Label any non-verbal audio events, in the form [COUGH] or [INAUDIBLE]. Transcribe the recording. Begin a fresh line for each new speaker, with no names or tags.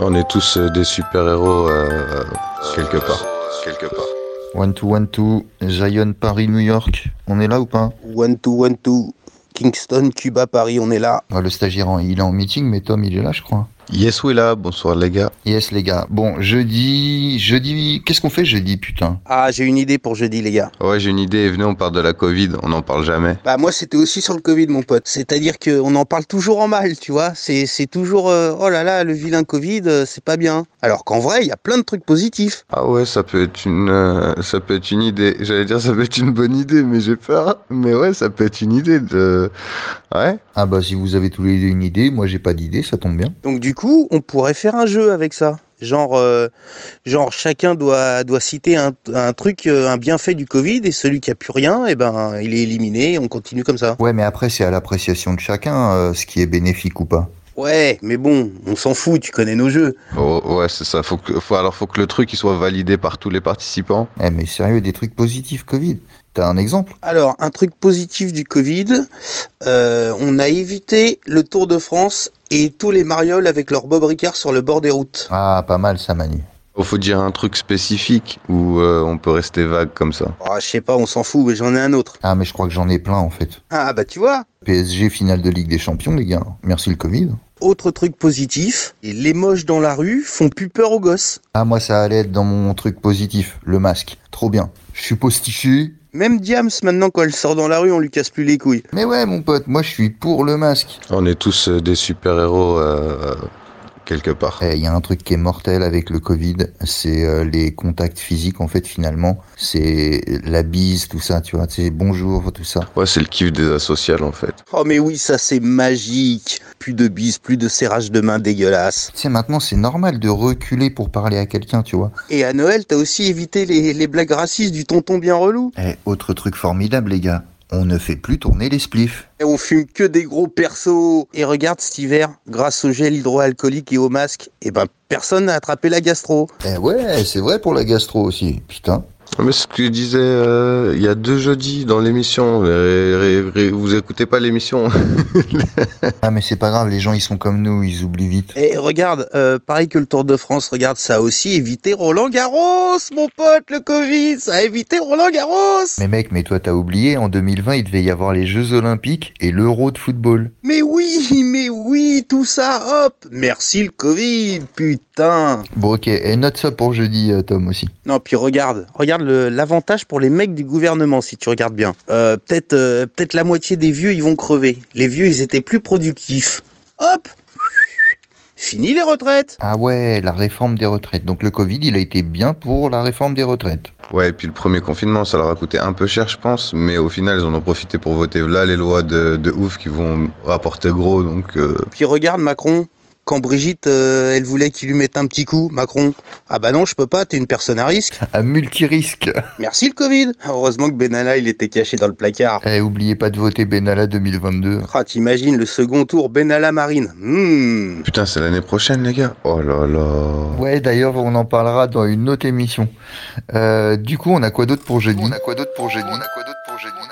On est tous euh, des super-héros euh, quelque part.
Quelque part.
One two one two, Zion Paris New York, on est là ou pas
One two one two, Kingston, Cuba, Paris, on est là.
Ah, Le stagiaire en- il est en meeting mais Tom il est là je crois.
Yes we là, bonsoir les gars.
Yes les gars. Bon jeudi, jeudi, qu'est-ce qu'on fait jeudi putain
Ah, j'ai une idée pour jeudi, les gars.
Ouais j'ai une idée, venez on parle de la Covid, on n'en parle jamais.
Bah moi, c'était aussi sur le Covid, mon pote. C'est-à-dire qu'on en parle toujours en mal, tu vois. C'est c'est toujours, euh, oh là là, le vilain Covid, euh, c'est pas bien. Alors qu'en vrai, il y a plein de trucs positifs.
Ah ouais ça peut être une euh, ça peut être une idée. J'allais dire ça peut être une bonne idée mais j'ai peur. Mais ouais ça peut être une idée de... Ouais
Ah bah si vous avez tous les deux une idée, moi j'ai pas d'idée, ça tombe bien.
Donc du coup, on pourrait faire un jeu avec ça. Genre, euh, genre chacun doit, doit citer un, un truc, euh, un bienfait du Covid, et celui qui a plus rien, eh ben, il est éliminé, et on continue comme ça.
Ouais mais après c'est à l'appréciation de chacun euh, ce qui est bénéfique ou pas.
Ouais, mais bon, on s'en fout, tu connais nos jeux.
Oh, ouais c'est ça. Faut que, faut, alors faut que le truc il soit validé par tous les participants.
Eh mais sérieux des trucs positifs Covid. T'as un exemple
Alors, un truc positif du Covid, euh, on a évité le Tour de France et tous les marioles avec leur Bob Ricard sur le bord des routes.
Ah pas mal ça Manu.
Oh, faut dire un truc spécifique ou euh, on peut rester vague comme ça.
Ah, je sais pas, on s'en fout, mais j'en ai un autre.
Ah mais je crois que j'en ai plein en fait.
Ah, bah tu vois,
PSG finale de Ligue des Champions les gars. Merci le Covid.
autre truc positif, et les moches dans la rue font plus peur aux gosses.
Ah, moi, ça allait être dans mon truc positif, le masque. Trop bien. Je suis postiché.
Même Diams, maintenant, quand elle sort dans la rue, on lui casse plus les couilles.
Mais ouais, mon pote, moi, je suis pour le masque.
On est tous euh, des super-héros euh, quelque part.
Eh, Il y a un truc qui est mortel avec le Covid, c'est euh, les contacts physiques, en fait, finalement. C'est la bise, tout ça, tu vois. C'est bonjour, tout ça.
Ouais, c'est le kiff des asociales en fait.
Oh, mais oui, ça c'est magique. Plus de bises, plus de serrage de main dégueulasse.
Tu sais, maintenant, c'est normal de reculer pour parler à quelqu'un, tu vois.
Et à Noël, t'as aussi évité les, les blagues racistes du tonton bien relou.
Eh, autre truc formidable, les gars. On ne fait plus tourner les spliffs.
Et on fume que des gros persos. Et regarde cet hiver, grâce au gel hydroalcoolique et au masque, eh ben personne n'a attrapé la gastro.
Eh ouais, c'est vrai pour la gastro aussi. Putain.
Mais ce que je disais euh, il y a deux jeudis dans l'émission, ré- ré- ré- vous écoutez pas l'émission. [LAUGHS]
Ah, mais c'est pas grave, les gens, ils sont comme nous, ils oublient vite.
Et regarde, euh, pareil que le Tour de France, regarde, ça a aussi évité Roland Garros, mon pote, le Covid, ça a évité Roland Garros.
Mais mec, mais toi t'as oublié, en 2020 il devait y avoir les Jeux Olympiques et l'Euro de football.
Mais oui, mais oui, tout ça, hop. Merci le Covid, putain.
Bon ok, et note ça pour jeudi euh, Tom aussi.
Non, puis regarde, regarde le- l'avantage pour les mecs du gouvernement, si tu regardes bien. Euh, peut-être euh, peut-être la moitié des vieux, ils vont crever. Les vieux, ils étaient plus productifs. Hop [LAUGHS] Fini les retraites
Ah ouais, la réforme des retraites. Donc le Covid il a été bien pour la réforme des retraites.
ouais, et puis le premier confinement, ça leur a coûté un peu cher, je pense, mais au final, ils en ont profité pour voter là les lois de, de ouf qui vont rapporter gros, donc euh,
Puis regarde Macron, quand Brigitte, euh, elle voulait qu'il lui mette un petit coup, Macron. Ah bah non, je peux pas, t'es une personne à risque.
À multi-risque.
Merci le Covid Heureusement que Benalla, il était caché dans le placard.
Eh, oubliez pas de voter Benalla 2022.
Ah, t'imagines le second tour Benalla Marine. Hmm.
putain, c'est l'année prochaine, les gars. Oh là là.
Ouais d'ailleurs on en parlera dans une autre émission. Euh, du coup on a quoi d'autre pour jeudi On a quoi d'autre pour jeudi On a quoi d'autre pour jeudi